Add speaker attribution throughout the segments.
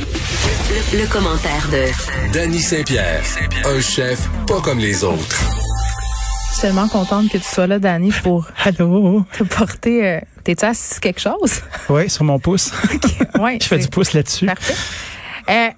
Speaker 1: Le, le commentaire de
Speaker 2: Danny Saint-Pierre, un chef pas comme les autres.
Speaker 3: Je suis tellement contente que tu sois là, Danny, pour
Speaker 4: Allô?
Speaker 3: te porter. euh, T'es-tu assis sur quelque chose?
Speaker 4: Oui, sur mon pouce.
Speaker 3: Ouais,
Speaker 4: Je fais du
Speaker 3: c'est
Speaker 4: pouce là-dessus.
Speaker 3: Parfait. Euh,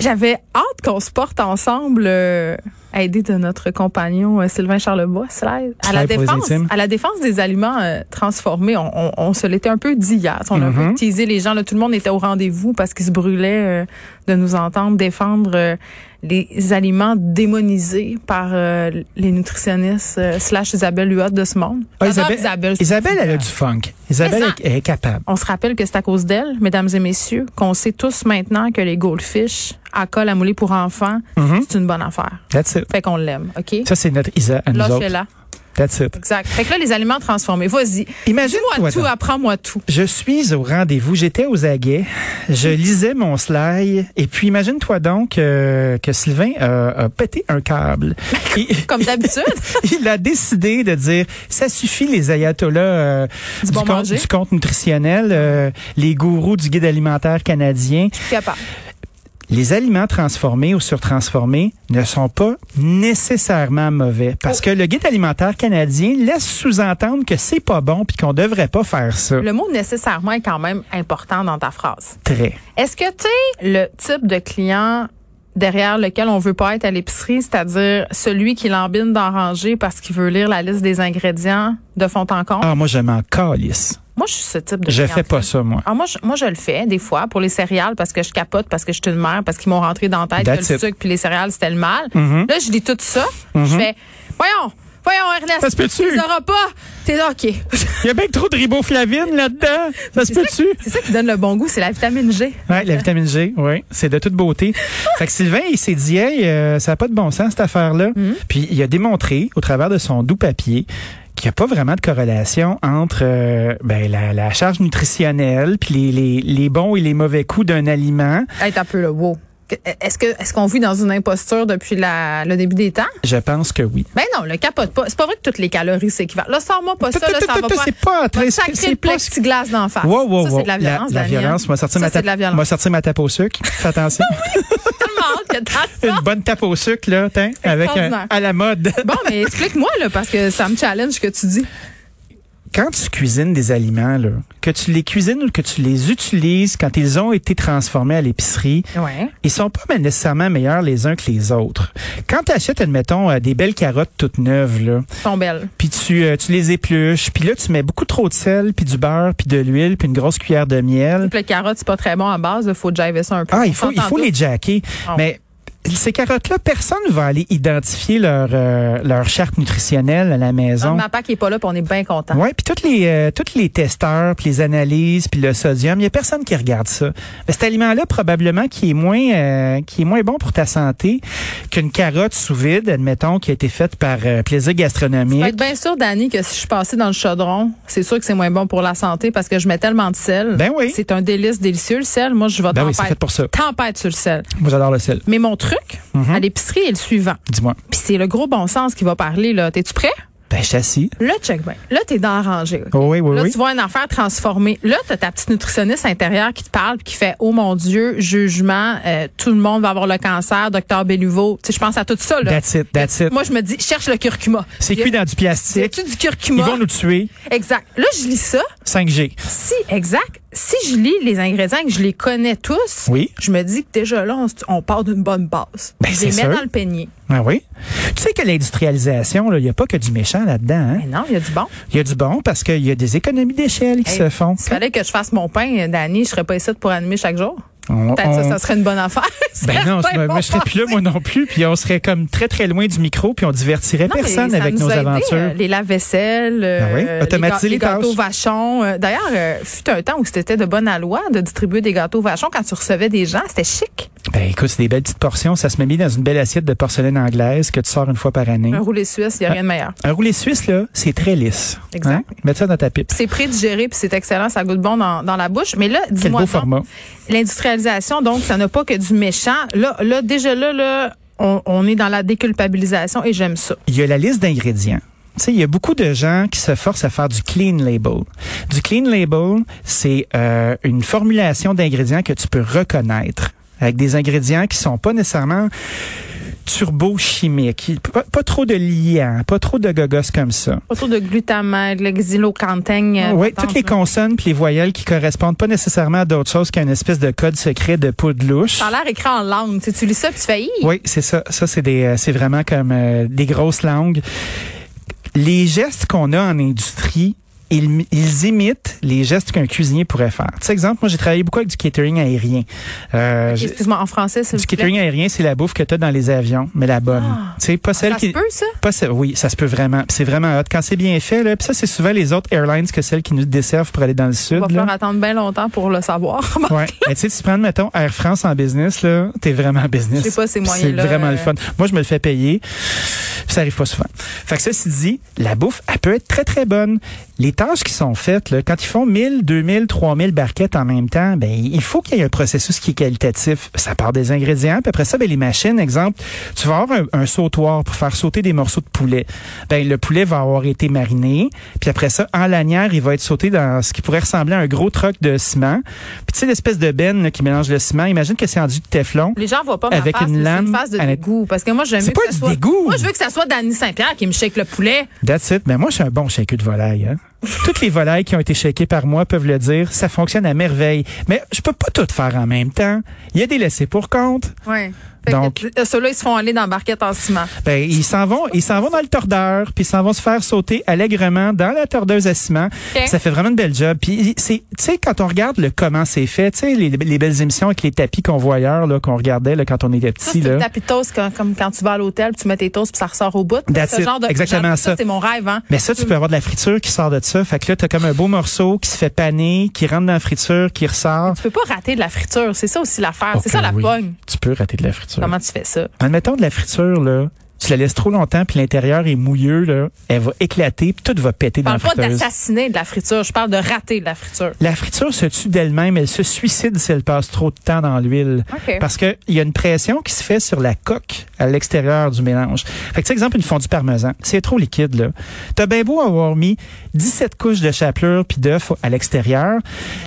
Speaker 3: J'avais hâte qu'on se porte ensemble, euh, aidé de notre compagnon euh, Sylvain Charlebois, Slide, à la
Speaker 4: Slide pour les
Speaker 3: défense,
Speaker 4: intimes.
Speaker 3: à la défense des aliments euh, transformés. On, on- on se l'était un peu dit hier. On a un
Speaker 4: Mm-hmm.
Speaker 3: peu teasé les gens. là. tout le monde était au rendez-vous parce qu'ils se brûlaient euh, de nous entendre défendre euh, les aliments démonisés par euh, les nutritionnistes euh, slash Isabelle Huot de ce monde.
Speaker 4: Ah,
Speaker 3: J'adore
Speaker 4: Isabelle,
Speaker 3: Isabelle, c'est
Speaker 4: Isabelle, elle a du funk. Isabelle
Speaker 3: Mais ça-
Speaker 4: est, elle est capable.
Speaker 3: on se rappelle que c'est à cause d'elle, mesdames et messieurs, qu'on sait tous maintenant que les goldfish à colle à mouler pour enfants,
Speaker 4: Mm-hmm.
Speaker 3: c'est une bonne affaire.
Speaker 4: That's it.
Speaker 3: Fait qu'on l'aime, OK?
Speaker 4: Ça, c'est notre Isa à nous autres.
Speaker 3: Lâchez-la.
Speaker 4: That's it.
Speaker 3: Exact. Fait que là, les aliments transformés. Vas-y. Dis-moi
Speaker 4: Imagine-toi
Speaker 3: tout,
Speaker 4: donc.
Speaker 3: apprends-moi tout.
Speaker 4: Je suis au rendez-vous. J'étais aux aguets. Je lisais mon slide. Et puis, imagine-toi donc euh, que Sylvain euh, a pété un câble. Et-
Speaker 3: Comme d'habitude.
Speaker 4: il a décidé de dire ça suffit les ayatollahs euh, du,
Speaker 3: bon
Speaker 4: compte,
Speaker 3: manger.
Speaker 4: du compte nutritionnel, euh, les gourous du guide alimentaire canadien.
Speaker 3: Capable.
Speaker 4: les aliments transformés ou surtransformés ne sont pas nécessairement mauvais parce que le guide alimentaire canadien laisse sous-entendre que c'est pas bon puis qu'on devrait pas faire ça.
Speaker 3: Le mot nécessairement est quand même important dans ta phrase.
Speaker 4: Très.
Speaker 3: Est-ce que tu es le type de client derrière lequel on veut pas être à l'épicerie, c'est-à-dire celui qui l'embine d'en ranger parce qu'il veut lire la liste des ingrédients de fond en compte?
Speaker 4: Ah moi je m'en calisse.
Speaker 3: Moi, je suis ce type de
Speaker 4: Je
Speaker 3: client.
Speaker 4: fais pas ça moi.
Speaker 3: Ah, moi, je, moi, je le fais des fois pour les céréales parce que je capote, parce que je suis une mère, parce qu'ils m'ont rentré dans la tête
Speaker 4: That's
Speaker 3: que le
Speaker 4: it. Mm-hmm.
Speaker 3: sucre puis les céréales, c'était le mal. Là, je lis tout ça. Je fais, voyons, voyons, Ernest.
Speaker 4: Ça se peut-tu?
Speaker 3: Tu les auras pas. T'es là, OK.
Speaker 4: Il y a bien que trop de riboflavine là-dedans. Ça se peut-tu?
Speaker 3: c'est ça qui donne le bon goût, c'est la vitamine G.
Speaker 4: Ouais, la vitamine G, oui, c'est de toute beauté. fait que Sylvain, il s'est dit, hey, euh, ça n'a pas de bon sens cette affaire-là.
Speaker 3: Mm-hmm.
Speaker 4: Puis il a démontré, au travers de son doux papier, qu'il n'y a pas vraiment de corrélation entre euh, ben, la, la charge nutritionnelle, puis les, les, les bons et les mauvais coups d'un aliment.
Speaker 3: Hey, t'as un peu le wow. Que- Est-ce que est-ce qu'on vit dans une imposture depuis la- le début des temps?
Speaker 4: Je pense que oui.
Speaker 3: Ben non, le capote pas. C'est pas vrai que toutes les calories s'équivalent. Là, sors-moi pas ça, là, ça va pas.
Speaker 4: C'est pas très...
Speaker 3: Ça crée le
Speaker 4: pas-
Speaker 3: plexiglas d'en face.
Speaker 4: Wow, wow,
Speaker 3: ça,
Speaker 4: wow.
Speaker 3: c'est de la violence,
Speaker 4: La,
Speaker 3: Daniel.
Speaker 4: violence. Moi, sortir
Speaker 3: Ça,
Speaker 4: ma
Speaker 3: c'est de la
Speaker 4: tape,
Speaker 3: violence.
Speaker 4: moi, sortir ma tape au sucre. Fais attention.
Speaker 3: Tellement hâte que t'as ça.
Speaker 4: Une bonne tape au sucre, là, tiens, avec
Speaker 3: Extraordinaire.
Speaker 4: un, à la mode.
Speaker 3: Bon, mais explique-moi, là, parce que ça me challenge ce que tu dis.
Speaker 4: quand tu cuisines des aliments, là, que tu les cuisines ou que tu les utilises quand ils ont été transformés à l'épicerie,
Speaker 3: Ouais.
Speaker 4: ils sont pas nécessairement meilleurs les uns que les autres. Quand tu achètes, admettons, euh, des belles carottes toutes neuves, là,
Speaker 3: Sont belles.
Speaker 4: puis tu, euh, tu les épluches, puis là, tu mets beaucoup trop de sel, puis du beurre, puis de l'huile, puis une grosse cuillère de miel.
Speaker 3: Le carotte, c'est pas très bon à base. Il faut jiver ça un peu.
Speaker 4: Ah, il faut, il
Speaker 3: T'entends
Speaker 4: faut
Speaker 3: tout.
Speaker 4: les jacker.
Speaker 3: Ah.
Speaker 4: Mais ces carottes-là, personne ne va aller identifier leur, euh, leur charte nutritionnelle à la
Speaker 3: Ah,
Speaker 4: maison.
Speaker 3: Ma PAC est pas là, puis on est bien content.
Speaker 4: Oui, puis toutes les euh, toutes les testeurs, puis les analyses, puis le sodium, il y a personne qui regarde ça. Mais cet aliment-là probablement qui est moins euh, qui est moins bon pour ta santé qu'une carotte sous vide, admettons, qui a été faite par euh, plaisir
Speaker 3: Faut
Speaker 4: gastronomique.
Speaker 3: être bien sûr, Dani, que si je suis passée dans le chaudron, c'est sûr que c'est moins bon pour la santé parce que je mets tellement de sel.
Speaker 4: Ben oui.
Speaker 3: C'est un délice délicieux, le sel. Moi, je vais
Speaker 4: Ben oui, c'est
Speaker 3: tempête.
Speaker 4: fait Mhm. pour ça.
Speaker 3: tempête sur le sel.
Speaker 4: Moi, j'adore le sel.
Speaker 3: Mais mon truc à l'épicerie est le suivant.
Speaker 4: Dis-moi.
Speaker 3: Puis c'est le gros bon sens qui va parler, là. T'es-tu prêt?
Speaker 4: Ben, je suis assis.
Speaker 3: Là, check bien. Là, t'es dans la rangée. ok?
Speaker 4: Oh oui, oui,
Speaker 3: Là,
Speaker 4: oui.
Speaker 3: tu vois une affaire transformée. Là, tu as ta petite nutritionniste intérieure qui te parle puis qui fait Oh mon Dieu, jugement, euh, tout le monde va avoir le cancer, docteur Béliveau. Tu sais, je pense à tout ça. Là.
Speaker 4: That's it, that's it.
Speaker 3: Moi, je me dis, cherche le curcuma.
Speaker 4: C'est
Speaker 3: Y a-
Speaker 4: cuit dans du
Speaker 3: Y
Speaker 4: plastique.
Speaker 3: a-tu du
Speaker 4: Ils
Speaker 3: curcuma?
Speaker 4: vont nous tuer.
Speaker 3: Exact. Là, je lis ça.
Speaker 4: 5G.
Speaker 3: Si, exact. Si je lis les ingrédients que je les connais tous,
Speaker 4: Oui.
Speaker 3: je me dis que déjà là, on, s- on part d'une bonne base.
Speaker 4: Ben,
Speaker 3: je
Speaker 4: c'est
Speaker 3: les mets
Speaker 4: sûr.
Speaker 3: dans le peignet.
Speaker 4: Ah oui. Tu sais que l'industrialisation, là, il n'y a pas que du méchant là-dedans. hein.
Speaker 3: Mais non, il y a du bon.
Speaker 4: Il y a du bon parce qu'il y a des économies d'échelle qui
Speaker 3: Hey,
Speaker 4: se font.
Speaker 3: S'il fallait que je fasse mon pain, euh, Dani, je serais pas ici pour animer chaque jour.
Speaker 4: On-
Speaker 3: Peut-être que ça,
Speaker 4: on-
Speaker 3: ça serait une bonne affaire.
Speaker 4: Oh, Ben non,
Speaker 3: Certains
Speaker 4: moi,
Speaker 3: vont
Speaker 4: moi, je serais plus là, moi non plus, puis on serait comme très très loin du micro, puis on divertirait
Speaker 3: mais
Speaker 4: personne
Speaker 3: ça
Speaker 4: avec
Speaker 3: nous
Speaker 4: nos
Speaker 3: a aidé,
Speaker 4: aventures.
Speaker 3: euh, les lave-vaisselle, euh,
Speaker 4: Ah oui,
Speaker 3: les
Speaker 4: automatiser
Speaker 3: gâ- les,
Speaker 4: les tâches.
Speaker 3: gâteaux vachons. Euh, D'ailleurs, euh, fut un temps où c'était de bonne loi de distribuer des gâteaux vachons quand tu recevais des gens, c'était chic.
Speaker 4: Ben écoute, c'est des belles petites portions, ça se met bien dans une belle assiette de porcelaine anglaise que tu sors une fois par année.
Speaker 3: Un roulé suisse, il n'y
Speaker 4: Ah.
Speaker 3: a rien de meilleur.
Speaker 4: Un roulé suisse là, c'est très lisse. hein?
Speaker 3: Exact.
Speaker 4: Mets ça dans ta pipe.
Speaker 3: Puis C'est prédigéré, puis c'est excellent, ça goûte bon dans, dans la bouche. Mais là,
Speaker 4: Quel
Speaker 3: dis-moi
Speaker 4: beau
Speaker 3: donc,
Speaker 4: format.
Speaker 3: l'industrialisation, donc, ça n'a pas que du méchant. Là, là déjà là, là on, on est dans la déculpabilisation et j'aime ça.
Speaker 4: il y a la liste d'ingrédients. Tu sais, il y a beaucoup de gens qui se forcent à faire du clean label. Du clean label, c'est euh, une formulation d'ingrédients que tu peux reconnaître. avec des ingrédients qui sont pas nécessairement turbochimiques. Pas, pas trop de liants, pas trop de gogos comme ça.
Speaker 3: Pas trop de euh, glutamate, le xylocanthène.
Speaker 4: Oui, toutes les consonnes puis les voyelles qui correspondent pas nécessairement à d'autres choses qu'à une espèce de code secret de poudre louche.
Speaker 3: Ça a l'air écrit en langue. Tu, sais, tu lis ça puis tu fais Hi!
Speaker 4: Oui, c'est ça. Ça, c'est des, euh, c'est vraiment comme euh, des grosses langues. Les gestes qu'on a en industrie, ils, ils imitent les gestes qu'un cuisinier pourrait faire. Tu sais, exemple, moi, j'ai travaillé beaucoup avec du catering aérien. Euh, j'ai-
Speaker 3: Excuse-moi, en français, c'est
Speaker 4: du catering aérien, c'est la bouffe que tu as dans les avions, mais la bonne. Tu sais, pas celle
Speaker 3: Ah, Ça
Speaker 4: qui...
Speaker 3: se peut, ça?
Speaker 4: Pas ce- oui, ça se peut vraiment. Puis C'est vraiment hot. Quand c'est bien fait, là, puis ça, c'est souvent les autres airlines que celles qui nous desservent pour aller dans le
Speaker 3: On
Speaker 4: sud.
Speaker 3: va
Speaker 4: là.
Speaker 3: falloir attendre bien longtemps pour le savoir.
Speaker 4: Ouais. Mais tu sais, tu prends, mettons, Air France en business, là, t'es vraiment en business.
Speaker 3: J'ai pas ces
Speaker 4: Puis
Speaker 3: moyens-là,
Speaker 4: C'est vraiment
Speaker 3: euh.
Speaker 4: le fun. Moi, je me le fais payer. Puis Ça arrive pas souvent. Fait que ceci dit, la bouffe, elle peut être très, très bonne. Les tâches qui sont faites, là, quand ils font 1000, 2000, 3000 barquettes en même temps, ben, il faut qu'il y ait un processus qui est qualitatif. Ça part des ingrédients, puis après ça, ben, les machines, exemple, tu vas avoir un, un sautoir pour faire sauter des morceaux de poulet. Ben, le poulet va avoir été mariné, puis après ça, en lanière, il va être sauté dans ce qui pourrait ressembler à un gros troc de ciment. Puis tu sais, l'espèce de benne là, qui mélange le ciment, imagine que c'est enduit de Teflon.
Speaker 3: Les gens voient pas ma
Speaker 4: Avec
Speaker 3: face,
Speaker 4: une
Speaker 3: mais c'est
Speaker 4: lame
Speaker 3: une face de
Speaker 4: à la-
Speaker 3: dégoût. Parce que moi, j'aime
Speaker 4: C'est
Speaker 3: mieux que
Speaker 4: pas
Speaker 3: ça
Speaker 4: du
Speaker 3: soit...
Speaker 4: dégoût.
Speaker 3: Moi, je veux que ça soit Danny Saint-Pierre qui me shake le poulet.
Speaker 4: That's it. Ben moi, je suis un bon shaker de volaille. Hein? Toutes les volailles qui ont été shakées par moi peuvent le dire. Ça fonctionne à merveille. Mais je peux pas tout faire en même temps. Il y a des laissés pour compte.
Speaker 3: Ouais.
Speaker 4: Donc-
Speaker 3: Donc, euh, ceux-là, ils se font aller dans la barquette en ciment.
Speaker 4: Ben ils s'en vont, ils s'en vont dans le tordeur, puis ils s'en vont se faire sauter allègrement dans la tordeuse à ciment.
Speaker 3: Ok.
Speaker 4: Ça fait vraiment une belle job. Puis c'est, tu sais, quand on regarde le comment c'est fait, tu sais, les, les belles émissions avec les tapis qu'on voit ailleurs, là, qu'on regardait là, quand on était
Speaker 3: Ça,
Speaker 4: petit,
Speaker 3: c'est le
Speaker 4: là.
Speaker 3: tapis de toast, quand- comme quand tu vas à l'hôtel, puis tu mets tes toasts, puis ça ressort au bout.
Speaker 4: That's
Speaker 3: Ce
Speaker 4: it.
Speaker 3: genre de-
Speaker 4: Exactement
Speaker 3: genre,
Speaker 4: ça.
Speaker 3: C'est mon rêve, hein.
Speaker 4: Mais ça, tu peux avoir de la friture qui sort de ça. Fait que là, t'as comme un beau morceau qui se fait paner, qui rentre dans la friture, qui ressort.
Speaker 3: Tu peux pas rater de la friture. C'est ça aussi l'affaire. Ah, c'est ça la
Speaker 4: pogne.
Speaker 3: pogne.
Speaker 4: euh, Tu peux rater de la friture.
Speaker 3: Comment tu fais ça?
Speaker 4: Admettons de la friture, là. Tu la laisses trop longtemps, puis l'intérieur est mouilleux, là. Elle va éclater, puis tout va péter
Speaker 3: Je
Speaker 4: dans la
Speaker 3: parle pas
Speaker 4: friteuse.
Speaker 3: d'assassiner de la friture. Je parle de rater de la friture.
Speaker 4: La friture se tue d'elle-même. Elle se suicide si elle passe trop de temps dans l'huile.
Speaker 3: OK.
Speaker 4: Parce qu'il y a une pression qui se fait sur la coque à l'extérieur du mélange. Fait que, tu sais, exemple, une fondue parmesan. C'est trop liquide, là. T'as bien beau avoir mis 17 couches de chapelure puis d'œufs à l'extérieur.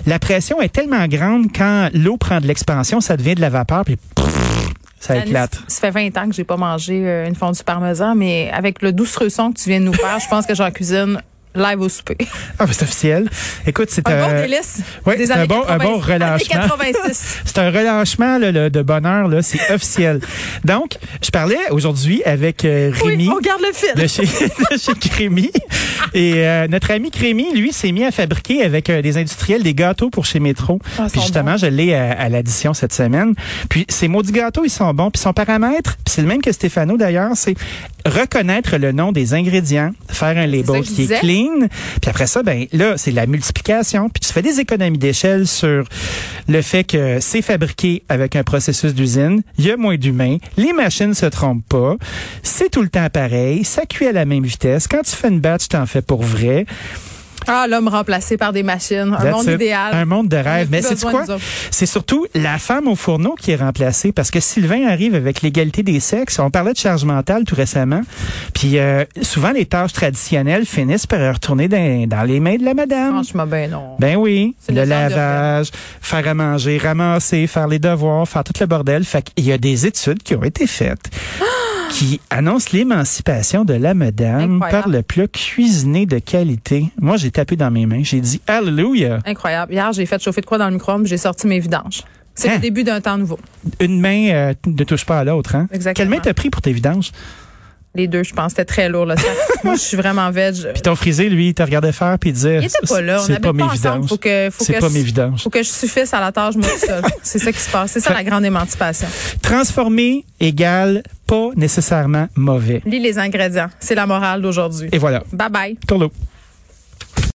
Speaker 4: La pression est tellement grande, quand l'eau prend de l'expansion, ça devient de la vapeur, puis pfff, ça
Speaker 3: Dani,
Speaker 4: éclate.
Speaker 3: Ça fait 20 ans que j'ai pas mangé euh, une fondue parmesan, mais avec le doucereux son que tu viens de nous faire, je pense que j'en cuisine live au souper.
Speaker 4: Ah, ben, c'est officiel. Écoute, c'est
Speaker 3: Un
Speaker 4: euh,
Speaker 3: bon délice.
Speaker 4: ouais,
Speaker 3: des
Speaker 4: c'est
Speaker 3: années
Speaker 4: un bon- un
Speaker 3: 80,
Speaker 4: bon relâchement.
Speaker 3: Années 86.
Speaker 4: C'est un relâchement là, le- de bonheur, là, c'est officiel. Donc, je parlais aujourd'hui avec euh, Rémi.
Speaker 3: Oui, Ah. on garde le fil.
Speaker 4: de chez, de chez Crémy. Et euh, notre ami Crémy, lui, s'est mis à fabriquer avec euh, des industriels des gâteaux pour chez Métro.
Speaker 3: Ah, ils
Speaker 4: puis
Speaker 3: sont
Speaker 4: justement, je l'ai à, à l'addition cette semaine. Puis ces maudits gâteaux, ils sont bons. Puis son paramètre, puis c'est le même que Stéphano d'ailleurs, c'est reconnaître le nom des ingrédients, faire
Speaker 3: ça
Speaker 4: un
Speaker 3: que
Speaker 4: label
Speaker 3: je
Speaker 4: qui
Speaker 3: disais.
Speaker 4: est clean. Puis après ça, ben là, c'est la multiplication. Puis tu fais des économies d'échelle sur le fait que c'est fabriqué avec un processus d'usine, il y a moins d'humains, les machines se trompent pas, c'est tout le temps pareil, ça cuit à la même vitesse. Quand tu fais une batch, t'en fais pour vrai.
Speaker 3: Ah, l'homme remplacé par des machines. Un
Speaker 4: That's
Speaker 3: monde
Speaker 4: it.
Speaker 3: idéal.
Speaker 4: Un monde de rêve.
Speaker 3: plus
Speaker 4: Mais c'est
Speaker 3: besoin,
Speaker 4: quoi?
Speaker 3: nous autres.
Speaker 4: C'est surtout la femme au fourneau qui est remplacée parce que Sylvain arrive avec l'égalité des sexes. On parlait de charge mentale tout récemment. Puis euh, souvent, les tâches traditionnelles finissent par retourner dans, dans les mains de la madame.
Speaker 3: Franchement, ben non.
Speaker 4: Ben oui,
Speaker 3: C'est
Speaker 4: le
Speaker 3: le genre de
Speaker 4: lavage, faire à manger, ramasser, faire les devoirs, faire tout le bordel. Fait qu'il y a des études qui ont été faites qui annoncent l'émancipation de la madame
Speaker 3: Incroyable.
Speaker 4: par le plat cuisiné de qualité. Moi, j'ai tapé dans mes mains, j'ai dit Alléluia.
Speaker 3: Incroyable. Hier, j'ai fait chauffer de quoi dans le micro-ondes, puis j'ai sorti mes vidanges. C'est
Speaker 4: Hein?
Speaker 3: le début d'un temps nouveau.
Speaker 4: Une main euh, ne touche pas à l'autre, hein?
Speaker 3: Exactement.
Speaker 4: Quelle main t'as pris pour tes vidanges?
Speaker 3: Les deux, je pense, c'était très lourd. Là. Moi, je suis vraiment veg.
Speaker 4: Puis ton frisé, lui, il te regardait faire puis il disait
Speaker 3: Il était pas là. On
Speaker 4: C'est
Speaker 3: n'avait
Speaker 4: pas
Speaker 3: pas,
Speaker 4: mes
Speaker 3: ensemble.
Speaker 4: vidanges.
Speaker 3: Faut que, faut
Speaker 4: C'est
Speaker 3: que
Speaker 4: pas
Speaker 3: je-
Speaker 4: mes vidanges.
Speaker 3: Faut que je suffise à la tâche, moi, tout seul. C'est ça qui se passe. C'est ça, la grande émancipation.
Speaker 4: Transformer égale pas nécessairement mauvais.
Speaker 3: Lis les ingrédients. C'est la morale d'aujourd'hui.
Speaker 4: Et voilà.
Speaker 3: Bye bye.
Speaker 4: Tourlou.